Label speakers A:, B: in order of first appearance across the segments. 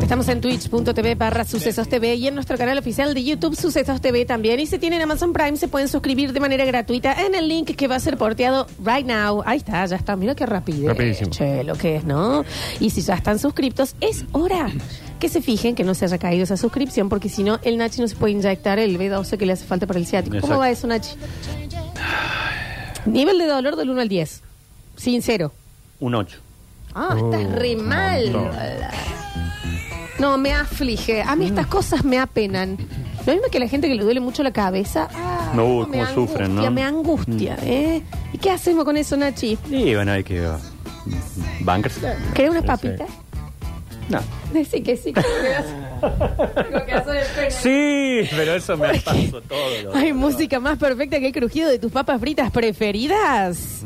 A: Estamos en twitch.tv barra sucesos TV y en nuestro canal oficial de YouTube Sucesos TV también. Y si tienen Amazon Prime se pueden suscribir de manera gratuita en el link que va a ser porteado right now. Ahí está, ya está. Mira qué rápido.
B: Rapidísimo.
A: Che, lo que es, ¿no? Y si ya están suscriptos, es hora que se fijen que no se haya caído esa suscripción porque si no, el Nachi no se puede inyectar el B12 que le hace falta para el ciático. ¿Cómo
B: Exacto.
A: va eso, Nachi? Nivel de dolor del 1 al 10. Sincero.
B: Un 8.
A: Ah, estás re mal.
B: Oh, no.
A: No, me aflige. A mí estas cosas me apenan. Lo mismo que la gente que le duele mucho la cabeza. Ah,
B: No, uy,
A: cómo me
B: cómo sufren,
A: angustia,
B: ¿no? Mm.
A: Me angustia, ¿eh? ¿Y qué hacemos con eso, Nachi?
B: Y bueno, hay que. uh, Bancarse.
A: ¿Querés unas
B: Sí.
A: papitas?
B: No.
A: Sí, que sí. que me das- Tengo que hacer el pene.
B: Sí, pero eso me pasó todo. lo-
A: Hay música más perfecta que el crujido de tus papas fritas preferidas.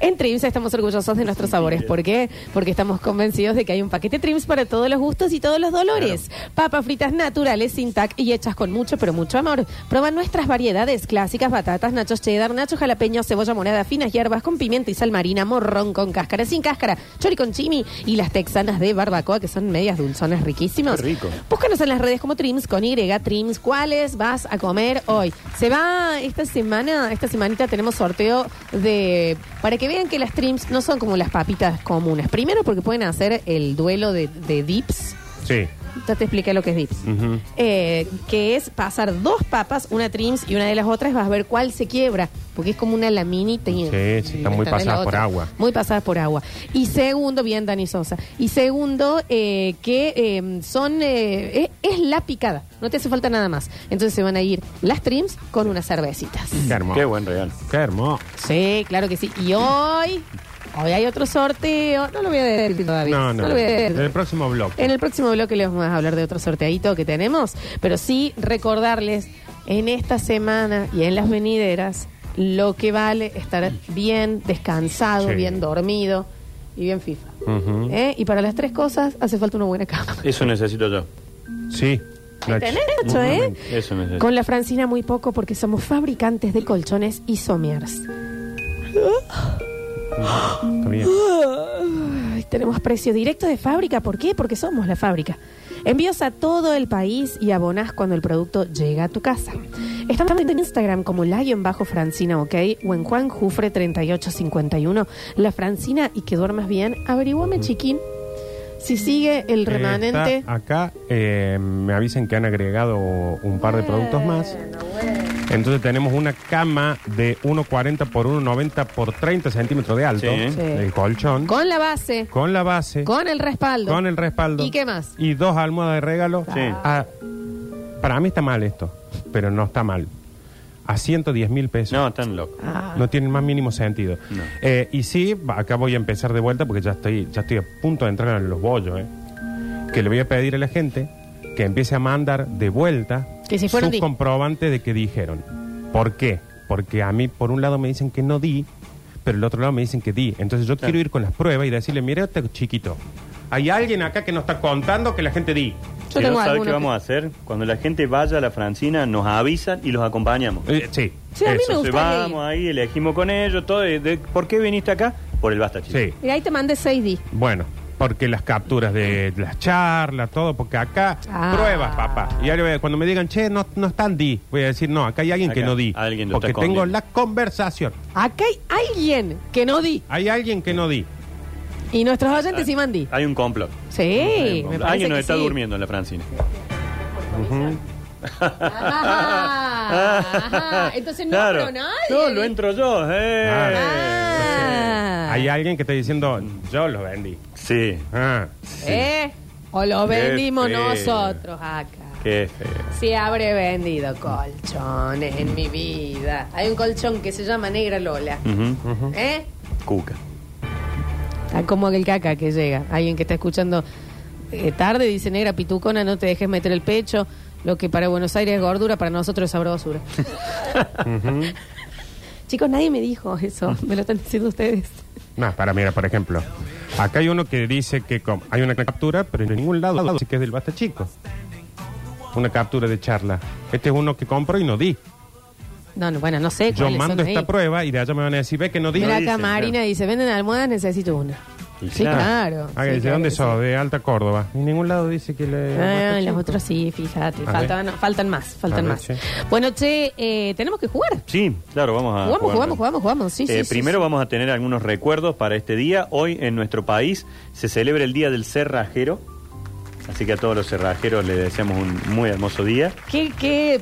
A: En Trims estamos orgullosos de nuestros sabores. ¿Por qué? Porque estamos convencidos de que hay un paquete Trims para todos los gustos y todos los dolores. Papas fritas naturales, sin tac y hechas con mucho, pero mucho amor. Proba nuestras variedades clásicas, batatas, nachos cheddar, nachos jalapeños, cebolla morada, finas hierbas con pimienta y sal marina, morrón con cáscara, sin cáscara, chori con chimi y las texanas de barbacoa que son medias dulzonas riquísimas.
B: Qué rico.
A: Búscanos en las redes como Trims con Y, Trims. ¿Cuáles vas a comer hoy? Se va esta semana, esta semanita tenemos sorteo de. Para que vean que las Trims no son como las papitas comunes. Primero, porque pueden hacer el duelo de, de dips.
B: Sí.
A: Ya te expliqué lo que es dips.
B: Ujú.
A: Eh, que es pasar dos papas, una trims y una de las otras, vas a ver cuál se quiebra, porque es como una laminita. y-
C: Sí, sí, están muy
A: la
C: pasadas por
A: otra.
C: agua.
A: Muy pasadas por agua. Y segundo, bien Dani Sosa, y segundo, eh, que eh, son, eh, es, es la picada, no te hace falta nada más. Entonces se van a ir las trims con unas cervecitas.
C: Qué hermoso.
B: Qué buen regalo.
C: Qué hermoso.
A: Sí, claro que sí. Y hoy, hoy hay otro sorteo, no lo voy a decir todavía.
C: No, Eh, no.
A: lo voy a decir.
C: En el próximo blog.
A: En el próximo bloque les vamos a hablar de otro sorteadito que tenemos, pero sí recordarles en esta semana y en las venideras lo que vale estar bien descansado,
C: Sí.
A: bien dormido y bien FIFA.
C: Ujú.
A: ¿Eh? Y para las tres cosas hace falta una buena cama.
B: Eso necesito yo.
C: Sí. Nachi.
A: ¿Tenés, Nacho, eh?
B: Eso necesito.
A: Con la Francina muy poco porque somos fabricantes de colchones y somiers.
C: Está bien.
A: Ay, tenemos precio directo de fábrica. ¿Por qué? Porque somos la fábrica. Envíos a todo el país y abonás cuando el producto llega a tu casa. Estamos en Instagram como Lion-Francina, ¿ok? O en Juan Jufre 3851. La Francina, y que duermas bien, averiguame, chiquín, si sigue el
C: Eh,
A: remanente.
C: está acá eh, me avisen que han agregado un par de productos más.
A: Eh.
C: Entonces tenemos una cama de 1,40 por 1,90 por 30 centímetros de alto.
B: Sí.
A: Sí.
C: El colchón. Con,
A: Con la base,
C: la base. Con,
A: con el respaldo.
C: el respaldo.
A: ¿Y qué más?
C: Y dos almohadas de regalo.
B: Sí.
C: A- para mí está mal esto, pero no está mal. A 110 mil pesos.
B: No, tan loco.
A: Ah.
C: No tiene el más mínimo sentido.
B: No.
C: Eh, y sí, va- acá voy a empezar de vuelta porque ya estoy, ya estoy a punto de entrar en los bollos, ¿eh? Que le voy a pedir a la gente que empiece a mandar de vuelta
A: Que si fueron
C: sus
A: di-
C: comprobantes de que dijeron. ¿Por qué? Porque a mí, por un lado, me dicen que no di, pero el otro lado me dicen que di. Entonces yo quiero ir con las pruebas y decirle, mira, este chiquito, hay alguien acá que nos está contando que la gente di.
A: Yo
B: Si no
A: tengo
B: sabe
A: algunos.
B: qué vamos a hacer, cuando la gente vaya a la Francina, nos avisan y los acompañamos.
C: Eh, sí.
A: Sí, a mí
C: eso.
A: me
B: Entonces
A: gustaría
B: vamos ahí, elegimos con ellos, todo. de- de- ¿Por qué viniste acá? Por el basta, chicos.
C: Sí.
A: Mira, ahí te mandé 6D.
C: Bueno, porque las capturas de las charlas, todo, porque acá
A: Ah.
C: pruebas, papá. Y ahora voy a- cuando me digan, che, no, no están di, voy a decir, no, acá hay alguien que
B: Acá,
C: no di.
B: alguien lo
C: porque
B: está
C: tengo
B: escondiendo.
C: la conversación.
A: Acá hay alguien que no di.
C: Hay alguien que no di.
A: Y nuestros oyentes sí mandí.
B: Hay un complot. Hay
A: Sí,
B: un
A: me
B: complot.
A: parece
B: Alguien nos
A: que
B: está
A: sí.
B: durmiendo en la Francina.
A: Ajá, ajá. Entonces no
B: Claro.
A: pero nadie.
B: No, lo entro yo. eh.
A: Ah.
C: Hay alguien que está diciendo, yo los vendí.
B: Sí.
C: Ah.
A: ¿Eh? O lo
B: Qué
A: vendimos
B: feo.
A: nosotros acá.
B: Qué feo.
A: Sí, habré vendido colchones en mi vida. Hay un colchón que se llama Negra Lola.
B: Ujú.
A: ¿Eh?
B: Cuca.
A: Ah, como el caca que llega. Alguien que está escuchando eh, tarde dice, Negra Pitucona, no te dejes meter el pecho. Lo que para Buenos Aires es gordura, para nosotros es sabrosura. Chicos, nadie me dijo eso. Me lo están diciendo ustedes.
C: No, para, mira, por ejemplo. Acá hay uno que dice que com- hay una captura, pero en ningún lado, lado, así que es del Basta Chico. Una captura de charla. Este es uno que compro y no di.
A: No, no, bueno, no sé.
C: Yo
A: cuáles
C: mando
A: son
C: esta
A: ahí.
C: prueba y de allá me van a decir, ve que no di.
A: Mira
B: No
A: acá
B: dicen,
A: Marina
B: claro.
A: dice, venden almohadas, necesito una.
B: Y
A: Sí, claro.
C: Ah, que
A: Sí,
C: dice,
A: claro
C: ¿dónde
A: que
C: sos? De Alta Córdoba. En ningún lado dice que le...
A: Ah,
C: mata
A: los
C: chico.
A: otros sí, fíjate.
C: A
A: Faltan, faltan más, faltan
C: A ver,
A: más.
C: sí.
A: Bueno, che, eh, tenemos que jugar.
B: Sí, claro, vamos a.
A: Jugamos,
B: jugar.
A: jugamos, jugamos, jugamos. Sí,
B: Eh,
A: sí, sí,
B: primero
A: sí.
B: vamos a tener algunos recuerdos para este día. Hoy en nuestro país se celebra el Día del Cerrajero. Así que a todos los cerrajeros les deseamos un muy hermoso día.
A: Qué, qué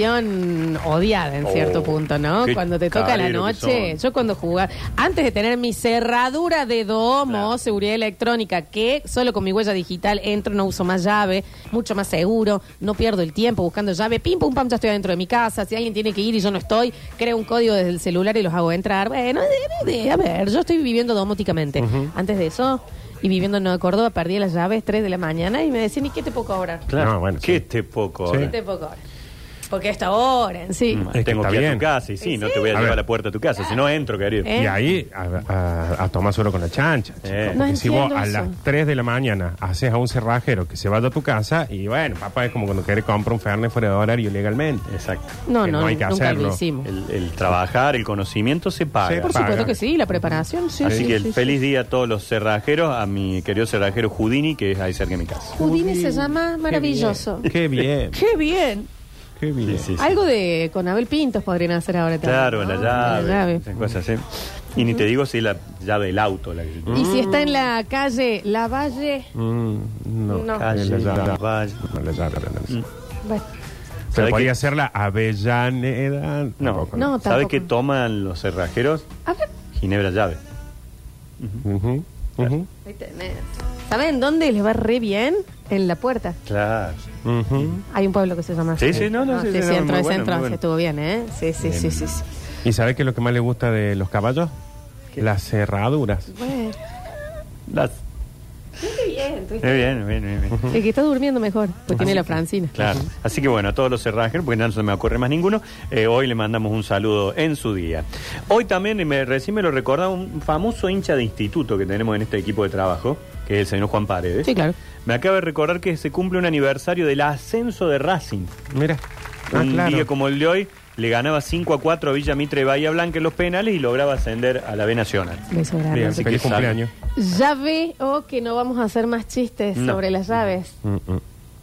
A: profesión odiada en
B: Oh,
A: cierto punto, ¿no?
B: qué
A: Cuando te toca la
B: carero que
A: noche,
B: son.
A: yo cuando jugaba, antes de tener mi cerradura de domo,
B: Claro.
A: seguridad electrónica, que solo con mi huella digital entro, no uso más llave, mucho más seguro, no pierdo el tiempo buscando llave, pim, pum, pam, ya estoy adentro de mi casa, si alguien tiene que ir y yo no estoy, creo un código desde el celular y los hago entrar. Bueno, de- de- de- a ver, yo estoy viviendo domóticamente. Antes de eso... Y viviendo en Nueva Córdoba, perdí las llaves 3 de la mañana y me decían, ¿y qué te puedo cobrar?
B: Claro.
C: No, bueno, sí.
B: ¿Qué te poco?
C: Sí.
B: ahora?
A: Siete poco ahora. Porque esta hora en sí.
B: Mm,
C: Es que
B: Tengo que
C: está
B: ir a
C: bien.
B: tu casa y sí, no te voy
C: A
B: a, llevar
C: ver.
B: a la puerta de tu casa, si no entro, querido.
A: Eh.
C: Y ahí a, a- a tomar suelo con la chancha. chico.
B: Eh.
C: Porque
A: No
C: si vos
A: entiendo
C: a
A: eso.
C: las 3 de la mañana haces a un cerrajero que se vaya a tu casa y bueno, papá es como cuando querés comprar un fernet fuera de horario legalmente.
B: Exacto.
A: No,
C: que
A: no,
C: no hay que
A: nunca lo
C: hacerlo.
A: hicimos.
B: El, el trabajar, el conocimiento se paga.
C: Sí,
A: Por
C: paga.
A: supuesto que sí, la preparación, sí.
B: Así
A: sí,
B: que
A: sí,
B: el
A: sí.
B: feliz día a todos los cerrajeros, a mi querido cerrajero Houdini, que es ahí cerca de mi casa.
A: Houdini se
C: Uy,
A: llama
C: qué
A: maravilloso.
C: bien, Qué bien,
A: Qué bien.
C: qué bien.
B: Sí, sí.
A: Algo de con Abel Pintos podrían hacer ahora también.
B: Claro,
A: ¿no? La
B: la llave, esas cosas así. Y ni te digo si la llave del auto. La que-
A: Y si está en la calle La Valle,
C: Mm, no,
A: No.
C: Calle, la llave,
B: la
C: no.
B: calle.
C: No, la llave, la llave.
A: bueno,
C: Pero
B: ¿Sabe
C: podría
B: que-
C: ser la Avellaneda.
B: No,
C: Tampoco,
A: No,
B: ¿Sabes
A: tampoco.
B: qué toman los cerrajeros?
A: a ver,
B: Ginebra llave.
C: Ujú, ujú,
A: ahí tenés. ¿Saben dónde les va re bien? En la puerta.
B: Claro.
C: ujú.
A: Hay un pueblo que se llama
B: Sí,
A: así.
B: sí, no, no,
A: Ah,
B: sí,
A: sí,
B: sí, no,
A: centro
B: muy
A: de
B: bueno,
A: centro,
B: muy bueno.
A: estuvo bien, ¿eh? Sí, sí, sí,
B: Bien.
A: sí, sí.
C: ¿Y sabes qué es lo que más le gusta de los caballos? Las cerraduras.
A: Bueno,
B: Las-
A: qué bien, tú-
B: Muy bien, bien, bien, bien.
A: El que está durmiendo mejor, pues tiene la Francina.
B: Claro. Así que bueno, a todos los cerrajeros, porque no se me ocurre más ninguno, eh, hoy le mandamos un saludo en su día. Hoy también, y me, recién me lo recordaba un famoso hincha de instituto que tenemos en este equipo de trabajo, que es el señor Juan Paredes.
A: Sí, claro.
B: Me acaba de recordar que se cumple un aniversario del ascenso de Racing.
C: Mira. Ah,
B: un
C: claro.
B: día como el de hoy, le ganaba 5 a 4 a Villa Mitre y Bahía Blanca en los penales y lograba ascender a la B Nacional.
A: Beso grande.
C: Bien,
B: Así
C: feliz
B: que
C: cumpleaños.
A: Ya veo que no vamos a hacer más chistes
B: No.
A: sobre las llaves.
C: Mm, mm.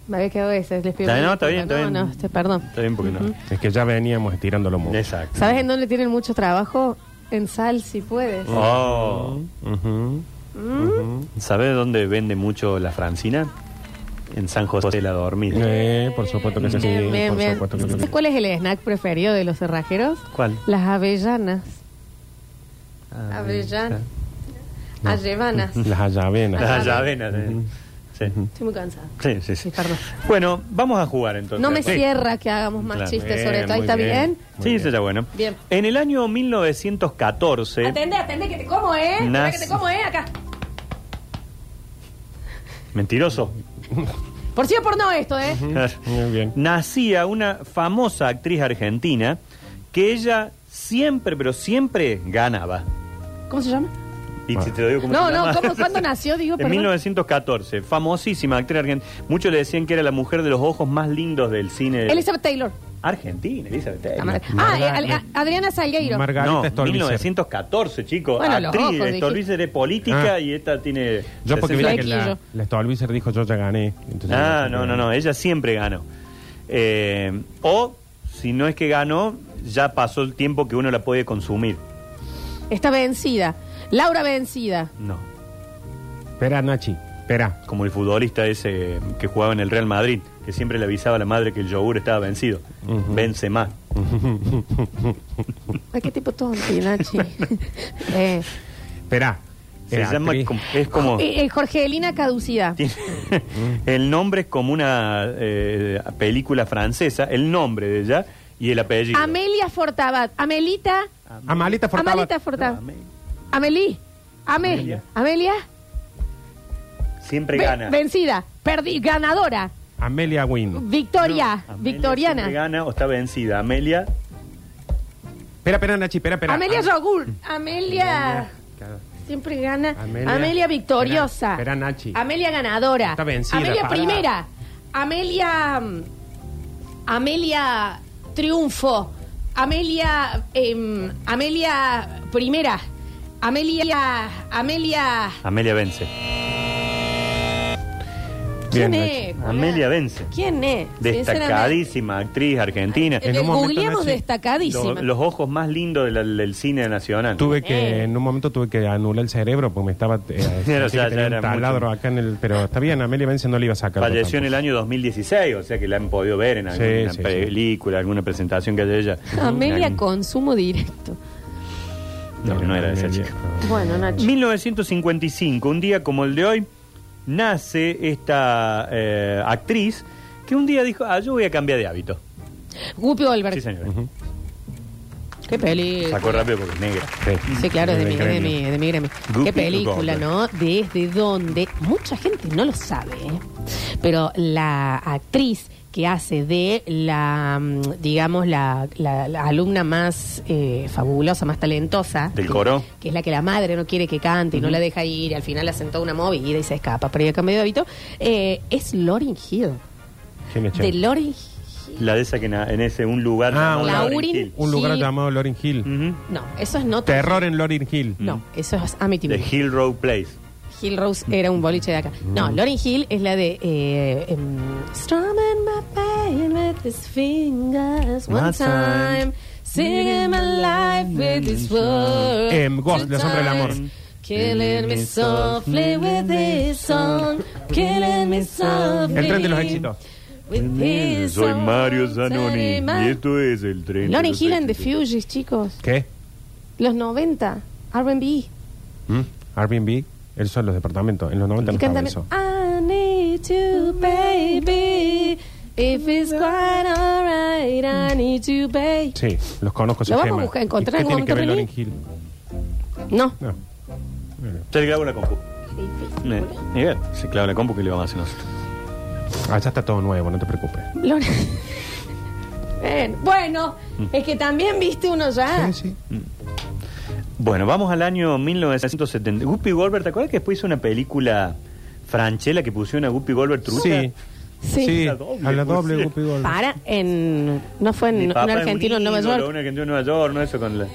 A: Me había quedado ese, les pido
B: Está bien, no,
A: perdón.
B: está bien, está bien.
A: No, este, perdón.
B: Está bien, porque no.
C: Es que ya veníamos estirándolo mucho.
B: Exacto.
A: ¿Sabes en dónde tienen mucho trabajo? En sal, si puedes.
B: Oh.
C: Ujú.
B: ¿Sabes dónde vende mucho la Francina? En San José de la Dormida.
C: Eh, por supuesto que sí.
A: Bien, bien,
C: por
A: bien.
C: supuesto que sí.
A: ¿Sabes ¿Cuál es el snack preferido de los cerrajeros?
B: ¿Cuál?
A: Las avellanas. Avellanas. Allevanas.
C: Las ayavenas.
B: Las ayavenas. eh. Sí.
A: Estoy muy cansada.
B: Sí, sí, sí.
A: Sí, perdón.
B: Bueno, vamos a jugar entonces.
A: No me
B: Sí.
A: cierra que hagamos más
B: Claro.
A: chistes sobre
C: Bien,
A: todo.
C: muy
A: ¿Está bien?
C: Muy
B: Sí,
C: bien.
B: eso está bueno.
A: Bien.
B: En el año 1914.
A: Atende, atende, que te como, ¿eh? Espera
B: Nas-
A: que te como, ¿eh? Acá.
B: Mentiroso.
A: Por sí o por no esto, ¿eh?
C: Muy bien.
B: Nacía una famosa actriz argentina que ella siempre, pero siempre ganaba.
A: ¿Cómo se llama?
B: Y si te lo digo como
A: No,
B: se
A: no,
B: llama.
A: ¿cómo, ¿cuándo nació? Digo,
B: En
A: perdón.
B: 1914, famosísima actriz argentina. Muchos le decían que era la mujer de los ojos más lindos del cine.
A: Elizabeth Taylor.
B: Argentina, Elizabeth
A: La
B: Taylor.
A: madre. Ah,
C: Margarita.
A: eh, Ale- a- Adriana Salgueiro.
C: Margarita
B: No,
C: Stolbizer.
B: 1914, chicos.
A: Bueno, los
B: actriz,
A: ojos,
B: Stolbizer es política
C: Ah.
B: y esta tiene...
C: Yo porque vi
B: 60.
C: que la, la Stolbizer dijo yo ya gané. Entonces-
B: Ah, no, no, no, ella siempre ganó. Eh, o, si no es que ganó, ya pasó el tiempo que uno la puede consumir.
A: Está vencida. Laura vencida.
B: No,
C: Espera, Nachi. Espera.
B: como el futbolista ese que jugaba en el Real Madrid, que siempre le avisaba a la madre que el yogur estaba vencido. Vence más.
A: Ay, qué tipo tonti, Nachi. eh,
C: Espera.
B: Se
C: Eh,
B: llama,
C: actriz.
B: com- es como...
A: eh, eh, Jorgelina Caducida.
B: tiene- el nombre es como una eh, película francesa, el nombre de ella y el apellido.
A: Amelia Fortabat. Amelita.
C: Amalita Fortabat.
A: Amalita
B: No,
A: Fortabat.
B: Amé-
A: Amelí. Ame.
B: Amelia.
A: Amelia.
B: Siempre
A: Ve-
B: gana.
A: vencida. Perdi ganadora.
C: Amelia Wynn.
A: Victoria.
B: Amelia
A: Victoriana.
B: siempre gana o está vencida. Amelia.
C: Espera, espera, Nachi. Espera, espera. Ah,
A: Amelia
C: Am-
A: Yogur. Amelia. Siempre gana. Amelia,
C: Amelia.
A: victoriosa.
C: Espera, espera, Nachi.
A: Amelia ganadora.
C: Está vencida,
A: Amelia
C: pará.
A: primera. Amelia. mm, Amelia triunfo. Amelia. em, Amelia primera. Amelia, Amelia.
B: Amelia vence.
A: ¿Quién
C: Bien,
A: es?
B: Nacho.
A: Hola.
B: Amelia Vence.
A: ¿Quién es? Sinceramente.
B: Destacadísima actriz argentina.
A: Eh,
C: En un momento,
A: Googleamos
C: Nachi,
A: destacadísima.
B: Lo- los ojos más lindos de la- del cine nacional.
C: Tuve que,
A: Eh.
C: en un momento tuve que anular el cerebro porque me estaba. eh,
B: Pero,
C: sentí
B: o sea,
C: que tenía
B: ya
C: un
B: era
C: taladro
B: mucho.
C: acá en el. Pero está bien, Amelia Benson no le iba a sacar.
B: Falleció en el año 2016, o sea que la han podido ver en
C: Sí,
B: alguna
C: sí, sí.
B: película, alguna presentación que haya ella.
A: Amelia
B: En algún-
A: Consumo Directo.
B: No, no era esa chica.
A: Bueno, Nacho.
B: 1955, un día como el de hoy, nace esta eh, actriz que un día dijo, ah, yo voy a cambiar de hábito.
A: Guppy Olberg.
B: Sí, señora.
A: Qué película.
B: Sacó rápido porque es negra.
A: Sí, claro, es de mi, es de
C: gremio.
A: mi, de mi gremio.
B: Guppy
A: Qué película,
B: Goldberg.
A: ¿no? Desde donde mucha gente no lo sabe, ¿eh? pero la actriz que hace de la, mm, digamos, la, la- la alumna más eh, fabulosa, más talentosa.
B: ¿Del
A: que-
B: coro?
A: Que es la que la madre no quiere que cante y no la deja ir. y al final hacen toda una movida y se escapa. Pero ya cambió de hábito. eh, es Lauryn Hill. De Lauryn Hill.
B: La de esa que na- en ese un lugar
C: Ah,
B: llamado
C: una-
B: Lauryn
A: Laurin.
B: Hill.
C: Un lugar
A: Sí.
C: llamado Lauryn Hill.
B: Ujú.
A: No, eso es no.
C: Terror en Lauryn Hill.
A: No, eso es
B: The
A: Amityville.
B: Hill Road Place.
A: Hill Rose era un boliche de acá. No,
C: Mm.
A: Lauryn Hill es la de eh, em, Strumming my pain with his fingers
B: My
A: one
B: time.
A: time Singing my life with his words
C: Em, Ghost,
A: two
C: la sombra del amor.
A: times, Killing me softly with his song Killing me softly
C: El tren de los éxitos.
A: with his
B: Soy
A: song.
B: Mario Zanoni y esto es el tren. de
A: Lauryn
B: los
A: Hill and the
B: éxitos.
A: Fugees, chicos.
C: ¿Qué?
A: Los 90, R&B.
C: ¿Mm? Airbnb, eso en los departamentos. En los 90
A: Y
C: no estaba
A: cántame,
C: eso.
A: I need you, baby. If it's quite alright, I need you, baby.
C: Sí, los conozco. esos
A: Lo vamos a
C: temas.
A: buscar, encontrar
C: ¿Y
A: en
C: ¿Qué tiene
A: algún
C: que ver Lauryn
A: momento,
C: Hill?
A: No.
C: No.
B: Se le clava una compu. Eh, Miguel, se clava la compu que le vamos a hacer nosotros.
C: Allá Ah, está todo nuevo, no te preocupes.
A: Lore- Ven, Bueno,
B: Mm.
A: es que también viste uno ya.
C: Sí, sí.
B: Bueno, vamos al año 1970. Guppy Goldberg, ¿te acuerdas que después hizo una película franchela que pusieron a Guppy Goldberg trucha?
C: Sí.
A: Sí.
C: Sí,
B: La doble,
C: a la doble
B: pues.
C: Guppy Goldberg.
A: Para en. No fue en
B: Mi
A: un
B: papá es
A: argentino en Nueva
B: ídolo,
A: York.
B: Un argentino en Nueva York, no eso con la...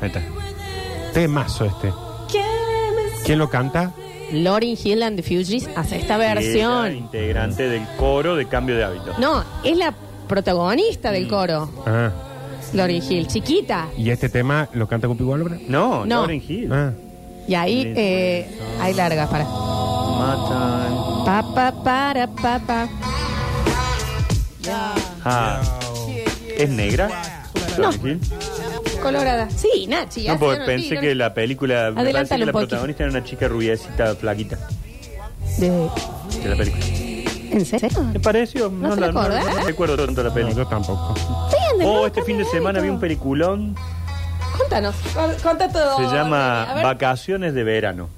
B: Ahí está.
C: Temazo este. ¿Quién lo canta?
A: Lauryn Hill and the Fugees hace esta
B: Ella,
A: versión.
B: integrante del coro de Cambio de Hábito.
A: No, es la protagonista
B: Mm.
A: del coro,
C: Ah,
A: Lauryn Hill, chiquita.
C: ¿Y este tema lo canta Guppy Goldberg?
B: No,
A: No.
B: Lauryn Hill.
C: Ah.
A: Y ahí eh, hay largas para.
B: Matan.
A: Papá para papá.
B: Ah. ¿Es negra? Lauryn Hill.
A: Colorada. Sí, Nachi.
B: No,
A: hace-
B: porque
A: no,
B: pensé
A: no,
B: que la película... Me parece
A: Adelántalo
B: que la
A: un poquito.
B: protagonista era una chica rubiecita, flaquita
A: De-
B: de la película.
A: ¿En serio?
B: ¿Te pareció?
A: ¿No se ¿eh?
B: la-
A: acordás?
B: no recuerdo tanto la
C: No,
B: película.
C: yo tampoco.
A: Vean, de nuevo,
B: Oh, este fin de
A: cambia
B: semana vi
A: hábito.
B: un peliculón.
A: Contanos. con- Contá todo.
B: Se
A: A
B: llama
A: ver.
B: Vacaciones de Verano.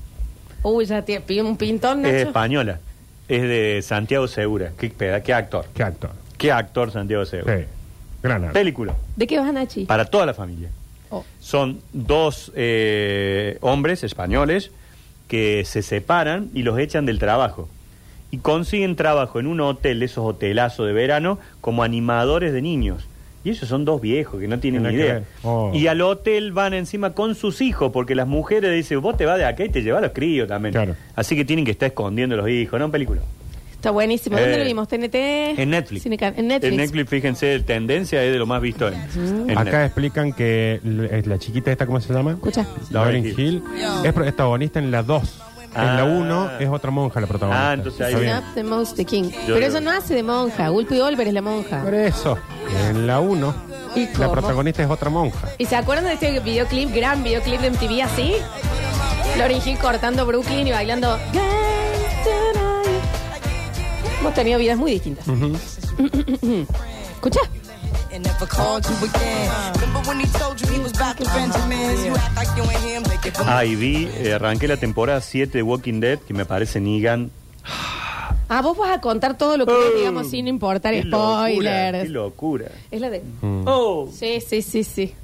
A: Uy, ya te pido un pintón,
B: Es
A: Nacho.
B: española. Es de Santiago Segura. ¿Qué, peda- qué actor?
C: Qué actor.
B: ¿Qué actor Santiago Segura?
C: Sí. Gran actor.
B: Película.
A: ¿De qué vas, Nachi?
B: Para toda la familia.
A: Oh.
B: Son dos eh, hombres españoles que se separan y los echan del trabajo. Y consiguen trabajo en un hotel, esos hotelazos de verano, como animadores de niños. Y ellos son dos viejos que no tienen
C: Nada
B: ni
C: que
B: idea.
C: ver. Oh.
B: Y al hotel van encima con sus hijos, porque las mujeres dicen, vos te vas de acá y te llevas a los críos también.
C: Claro.
B: Así que tienen que estar escondiendo los hijos, ¿no? Película.
A: Está buenísimo. ¿Dónde
B: Eh,
A: lo vimos? ¿TNT?
B: En Netflix.
A: Cinecan- en Netflix.
B: En Netflix, fíjense, tendencia es de lo más visto en, en
C: Acá
B: Netflix.
C: explican que l- eh, la chiquita esta, ¿cómo se llama?
A: Escucha.
C: Lauren
B: Lauryn
C: Hill. Es protagonista en la 2. En la
B: Ah.
C: 1 es otra monja la protagonista.
B: Ah, entonces ahí-
C: Está bien.
A: Not the most the king.
B: Yo
A: Pero
B: creo
A: eso
B: que-
A: no hace de monja. Ulpi Olver es la monja.
C: Por eso, en la 1
A: ¿Y
C: la
A: cómo?
C: protagonista es otra monja.
A: ¿Y se acuerdan de este videoclip, gran videoclip de MTV así? Lauryn Hill cortando Brooklyn y bailando. Hemos tenido vidas muy distintas. Escucha.
D: and never called you again. Remember when he told you he was back in Benjamin's? You act like you and him, they give him
B: Ah, y vi, eh, arranqué la temporada 7 de Walking Dead, que me parece Negan.
A: Ah, vos vas a contar todo lo que
B: Oh.
A: digamos sin importar
B: Qué locura,
A: spoilers.
B: ¡Qué locura!
A: es la de.
B: ¡Oh!
A: Sí, sí, sí, sí.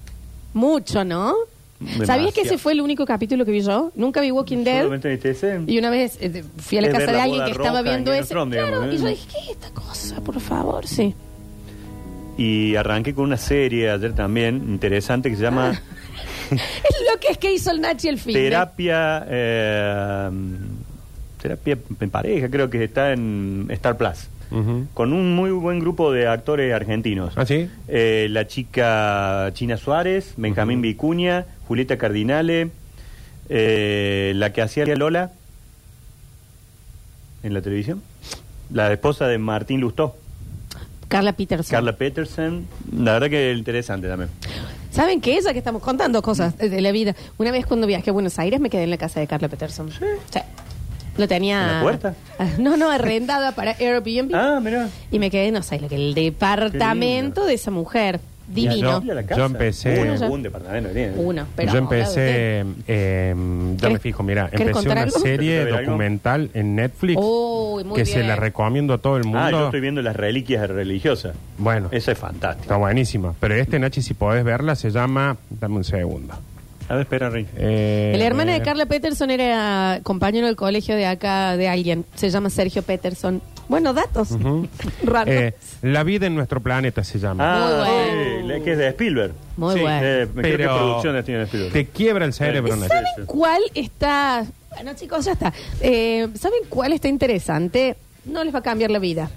A: Mucho, ¿no?
B: Demasiado.
A: ¿Sabías que ese fue el único capítulo que vi yo? Nunca vi Walking Dead.
B: Solamente viste ese.
A: Y una vez eh, fui a la
B: Es
A: casa
B: ver
A: de
B: la
A: alguien
B: boda
A: que estaba
B: roja en
A: viendo
B: Game of
A: ese.
B: Thrones, digamos,
A: claro, y
B: ¿eh?
A: yo dije, ¿qué es esta cosa? Por favor, sí. Ah,
B: Y arranqué con una serie ayer también interesante que se llama
A: Es lo que es que hizo el Nachi el fin. de.
B: Terapia. eh, terapia en pareja, creo que está en Star Plus.
C: Ujú.
B: Con un muy buen grupo de actores argentinos.
C: ¿Ah, sí?
B: Eh, la chica China Suárez, Benjamín Vicuña, Julieta Cardinale, eh, la que hacía Lola en la televisión, la esposa de Martín Lustó,
A: Carla Peterson.
B: Carla Peterson. La verdad que interesante también.
A: ¿Saben qué? Ya que estamos contando cosas
B: Mm.
A: eh, de la vida. Una vez cuando viajé a Buenos Aires me quedé en la casa de Carla Peterson. Sí. Lo tenía.
B: ¿En la puerta?
A: Ah, No, no, arrendada para Airbnb.
B: Ah, mira.
A: Y me quedé, no sé, lo que el departamento de esa mujer. Divino.
C: yo- yo empecé-
B: Uno,
A: Uno,
B: un departamento que tiene.
A: Uno, pero.
C: yo
A: ¿verdad?
C: empecé, eh, ya me
A: ¿Querés-
C: fijo, mira,
A: querés
C: empecé
A: contar
C: una
A: algo?
B: ¿Querés
C: serie
B: ver algo?
C: documental en Netflix
A: Uy, muy
C: que se
A: bien.
C: la recomiendo a todo el mundo.
B: Ah, yo estoy viendo las reliquias religiosas.
C: Bueno,
B: Esa es fantástica.
C: está buenísima. Pero este, Nachi, si podés verla, se llama... Dame un segundo.
B: A ver, espera, Rick.
C: Eh,
A: La hermana de Carla Peterson era compañero del colegio de acá de alguien. Se llama Sergio Peterson. Bueno, datos. Raros.
C: eh, la vida en nuestro planeta se llama.
B: Ah,
A: bueno.
B: sí, la que es de Spielberg.
A: Muy
B: Sí,
A: bueno.
B: eh, creo que producciones tiene Spielberg.
C: Te quiebra el cerebro,
B: Eh,
C: Nachi.
B: ¿saben
A: ¿Saben cuál está? Bueno, chicos, ya está. Eh, ¿Saben cuál está interesante? No les va a cambiar la vida.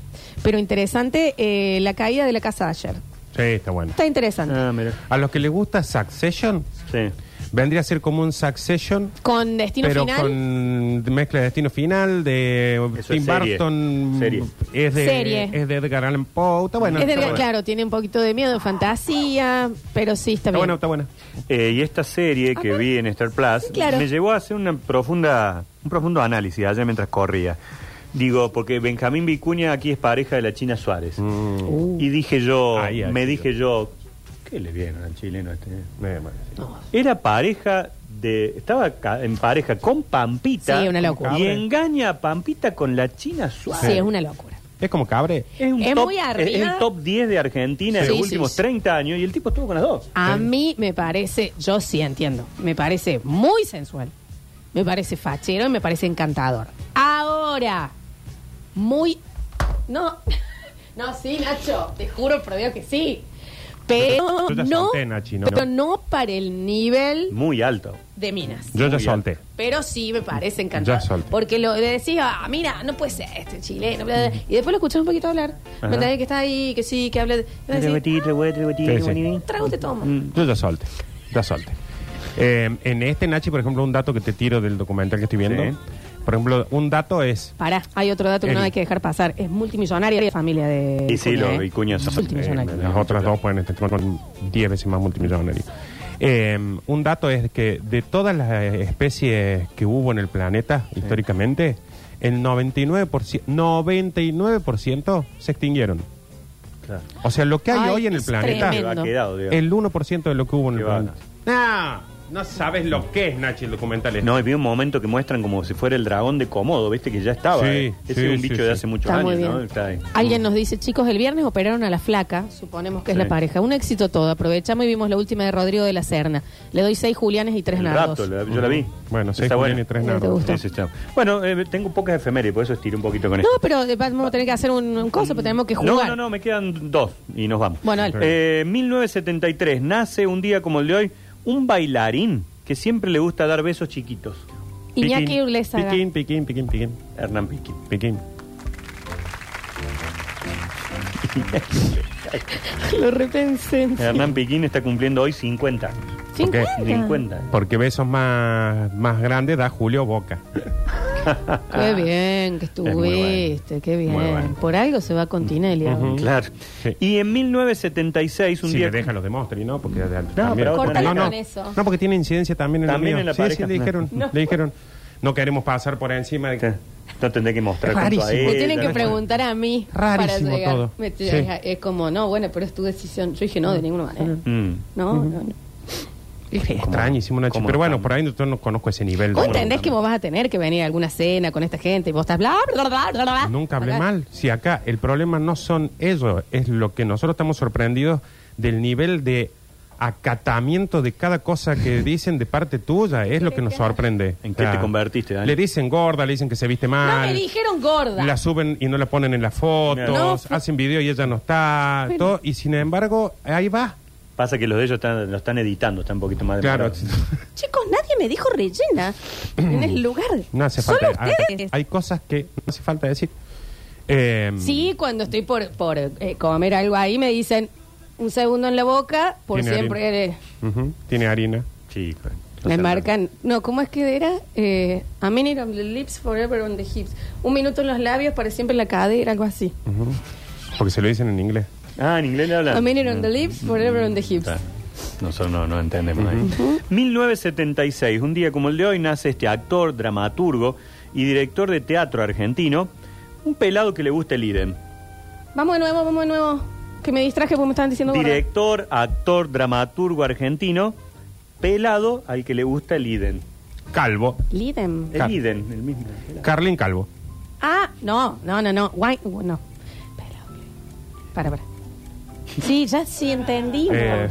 A: Pero interesante, eh, la caída de la casa de ayer.
C: Sí, está bueno.
A: Está interesante.
B: Ah, mira.
C: A los que les gusta Succession,
B: Sí.
C: vendría a ser como un Succession,
A: Con destino
C: pero
A: final.
C: con mezcla de destino final, de
B: Eso
C: Tim
B: es serie.
C: Burton,
B: Serie.
C: Es, de,
A: Serie.
C: es de Edgar Allan Poe. Está bueno.
A: es de-
C: está bueno.
A: claro, tiene un poquito de miedo, fantasía, pero sí está
C: Está
A: bien.
C: bueno, está bueno.
B: Eh, y esta serie que vi en Star Plus
A: Sí, claro.
B: me llevó a hacer una profunda, un profundo análisis ayer mientras corría. Digo, porque Benjamín Vicuña aquí es pareja de la China Suárez.
A: Uh.
B: Y dije yo,
C: Ahí, ahí,
B: me
C: ahí.
B: dije yo, ¿qué le vieron al chileno este?
C: Eh, bueno, sí.
B: Era pareja de. Estaba ca- en pareja con Pampita.
A: Sí, una locura.
B: Y engaña a Pampita con la China Suárez.
A: Sí, es una locura.
C: Es como cabre.
B: Es, un
A: Es
B: top,
A: muy arriba.
B: es el top 10 de Argentina
A: Sí,
B: de los
A: sí,
B: últimos
A: sí. Ah.
B: 30 años y el tipo estuvo con las dos.
A: A mí me parece, yo sí entiendo, me parece muy sensual, me parece fachero y me parece encantador. Ahora, muy... No, no, sí, Nacho, te juro por Dios que sí. Pero
C: Yo ya
A: no,
C: solté, Nachi, ¿no?
A: pero no para el nivel
B: Muy alto.
A: de Minas.
C: Yo ya
B: Muy bien.
C: solté.
A: Pero sí me parece encantador.
C: Ya solté.
A: Porque lo de decir, ah, mira, no puede ser este chileno. bla, bla, bla. Y después lo escuchás un poquito hablar.
B: Ajá.
A: ¿Me entendés? Que está ahí, que sí, que habla. de- y vas a decir,
C: Sí, sí.
A: "Ah, un trago te tomo.
C: Yo ya solté. Ya solté. Eh, en este, Nachi, por ejemplo, un dato que te tiro del documental que estoy viendo.
B: Sí.
C: Por ejemplo, un dato es.
A: Pará, hay otro dato que no
C: Eli.
A: hay que dejar pasar. Es multimillonaria la familia de.
B: Y sí,
A: Vicuña,
B: los
A: ¿eh?
B: Vicuñas son-
A: Multimillonaria.
C: eh, las otras dos pueden estar con 10 veces más multimillonarios. Eh, un dato es que de todas las eh, especies que hubo en el planeta históricamente, el 99%, 99 se extinguieron.
B: Claro.
C: O sea, lo que hay
A: Ay,
C: hoy en el
A: es
C: planeta,
B: Lo ha
A: Tremendo.
B: quedado, digo.
C: el 1% de lo que hubo en
B: Qué
C: el planeta.
B: bárbaro.
C: No, no sabes lo que es, Nachi, el documental. este.
B: No, y vi un momento que muestran como si fuera el dragón de Komodo, viste que ya estaba.
C: Sí,
B: eh. Ese
C: sí,
B: es un
C: sí,
B: bicho
C: sí.
B: de hace muchos
A: Está muy
B: años,
A: bien.
B: ¿no? Está ahí.
A: Alguien nos dice, chicos, el viernes operaron a la flaca, suponemos que es
B: Sí.
A: la pareja. Un éxito todo. Aprovechamos y vimos la última de Rodrigo de la Serna. Le doy seis julianes y tres
B: El
A: nardos.
B: rapto, la- yo la vi.
C: Mm, Bueno,
B: Está
C: 6
B: buena.
C: y 3
A: No te
C: nardos.
A: gusta.
B: Sí, sí, está. Bueno, eh, tengo pocas efemérides, por eso estiré un poquito con
A: No,
B: esto.
A: pero eh, vamos a tener que hacer un, un coso, pero tenemos que jugar.
B: No, no, no, me quedan dos y nos vamos.
A: Bueno, dale.
B: Eh, 1973, nace un día como el de hoy un bailarín que siempre le gusta dar besos chiquitos,
A: Iñaki
C: Piquín,
A: Urlesaga.
C: Piquín, piquín, piquín, piquín.
B: Hernán Piqui.
C: Piquín.
A: Lo repensé.
B: Hernán Piquín está cumpliendo hoy 50. años.
C: ¿Por qué?
A: Ah.
B: 50.
C: Porque besos más, más grandes da Julio Boca.
A: Qué bien que
B: muy bueno.
A: estuviste, qué bien.
B: Muy bueno.
A: Por algo se va con Tinelli. ahora.
C: Ujú.
B: Claro.
C: Sí.
B: Y en 1976, un
C: si
B: día.
C: me dejan los de Monster, ¿no? Porque de-
B: pero
C: también,
B: vos
A: Córtale
C: no,
A: tenés-
C: no,
A: con eso.
C: no, porque tiene incidencia también en el
B: También
C: mío.
B: en la
C: sí, sí,
B: pareja.
C: le dijeron,
A: No.
C: le dijeron, no queremos pasar por encima de...
B: Te- No tendré que mostrar
C: Rarísimo.
B: junto a
A: Me
B: ella,
A: tienen que
B: ¿no?
A: preguntar a mí
C: Rarísimo
A: para llegar.
C: todo.
A: Me
C: Sí.
A: llega- Es como, no, bueno, pero es tu decisión. Yo dije, no, de ninguna manera.
B: Mm.
A: No, no, no.
C: Extrañísimo, Nacho.
B: ¿Cómo
C: Pero bueno,
B: estamos?
C: por ahí yo no conozco ese nivel.
A: Vos
C: de-
A: entendés que vos vas a tener que venir a alguna cena con esta gente y vos estás bla, bla, bla, bla, bla.
C: Nunca hablé
A: Acá.
C: mal. Si acá el problema no son ellos, es lo que nosotros estamos sorprendidos del nivel de acatamiento de cada cosa que dicen de parte tuya. Es lo que nos sorprende.
B: ¿En qué te convertiste, Dani?
C: Le dicen gorda, le dicen que se viste
A: No
C: mal.
A: me dijeron gorda.
C: La suben y no la ponen en las fotos,
B: No,
A: fue-
C: hacen video y ella no está,
A: Pero-
C: todo, y sin embargo, ahí va.
B: Pasa que los de ellos están, lo están editando, está un poquito más
C: Claro.
B: demorado.
A: Chicos, nadie me dijo rellena en el lugar.
C: No hace
A: Solo
C: falta. Ah,
A: ustedes.
C: Hay cosas que no hace falta decir. Eh,
A: Sí, cuando estoy por, por eh, comer algo ahí me dicen un segundo en la boca, por
C: Tiene
A: siempre eres-
C: harina. ujú, Tiene harina.
B: Chicos.
A: me
B: no sean
A: marcan. No, ¿cómo es que era? Eh, a minute on the lips, forever on the hips. Un minuto en los labios, para siempre en la cadera, algo así.
C: ujú, Porque se lo dicen en inglés.
B: Ah, en inglés le hablan.
A: A minute
B: Mm,
A: on the lips, forever on the hips.
B: Está. Nosotros no, no entendemos ahí. 1976, un día como el de hoy, nace este actor, dramaturgo y director de teatro argentino, un pelado que le gusta el idem.
A: Vamos de nuevo, vamos de nuevo. Que me distraje porque me estaban diciendo gorda.
B: Director, actor, dramaturgo argentino, pelado al que le gusta el idem.
C: Calvo.
A: Lidem.
B: El
C: Ca-
B: idem, el mismo.
C: Carlin Calvo.
A: Ah, no, no, no, no. Guay, uh, no. Espera, para, para. Sí, ya sí entendimos.
C: Eh,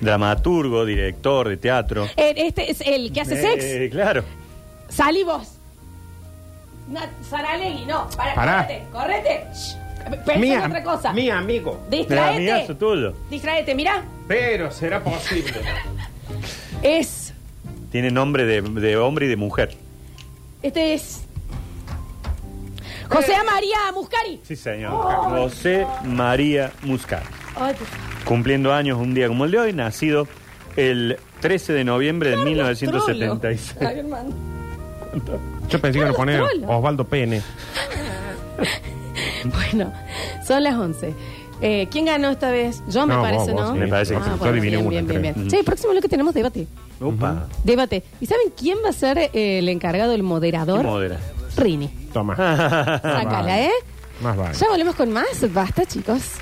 B: Dramaturgo, director de teatro.
A: Eh, este es el que hace sex.
B: Eh, claro.
A: Salí vos. Nat, Saralegui, no. Para,
C: Pará.
A: correte, correte. Shh. Pensá en
C: mi am-
A: otra cosa.
C: Mi amigo.
B: Era
A: Distraete.
B: amigazo tuyo.
A: Distraete, mirá.
C: Pero será posible.
A: Es.
B: Tiene nombre de, de hombre y de mujer.
A: Este es. José María Muscari.
B: Sí, señor.
A: Oh.
B: José María Muscat.
A: Ay, pues, por-
B: cumpliendo años un día como el de hoy, nacido el 13 de noviembre de
A: Trolo.
B: 1976.
A: Ay, hermano.
C: Yo pensé que lo
A: Carlos
C: poner
A: Trollo.
C: Osvaldo Pene.
A: Bueno, son las 11. Eh, ¿Quién ganó esta vez? Yo me
C: No,
A: parece,
C: vos, vos,
A: ¿no?
C: sí.
B: Me parece que sí.
A: Ah,
B: Yo
A: bueno,
C: adiviné
A: bien,
C: una,
A: bien, bien,
C: creo.
A: bien.
B: Mm.
A: Che, próximo lo que tenemos debate.
B: Opa.
A: Debate. ¿Y saben quién va a ser eh, el encargado, el moderador?
B: ¿Qué modera?
A: Rini.
C: Toma.
A: Sácala, ¿eh?
C: Más Ah, vale.
A: Ya volvemos con más. Basta, chicos.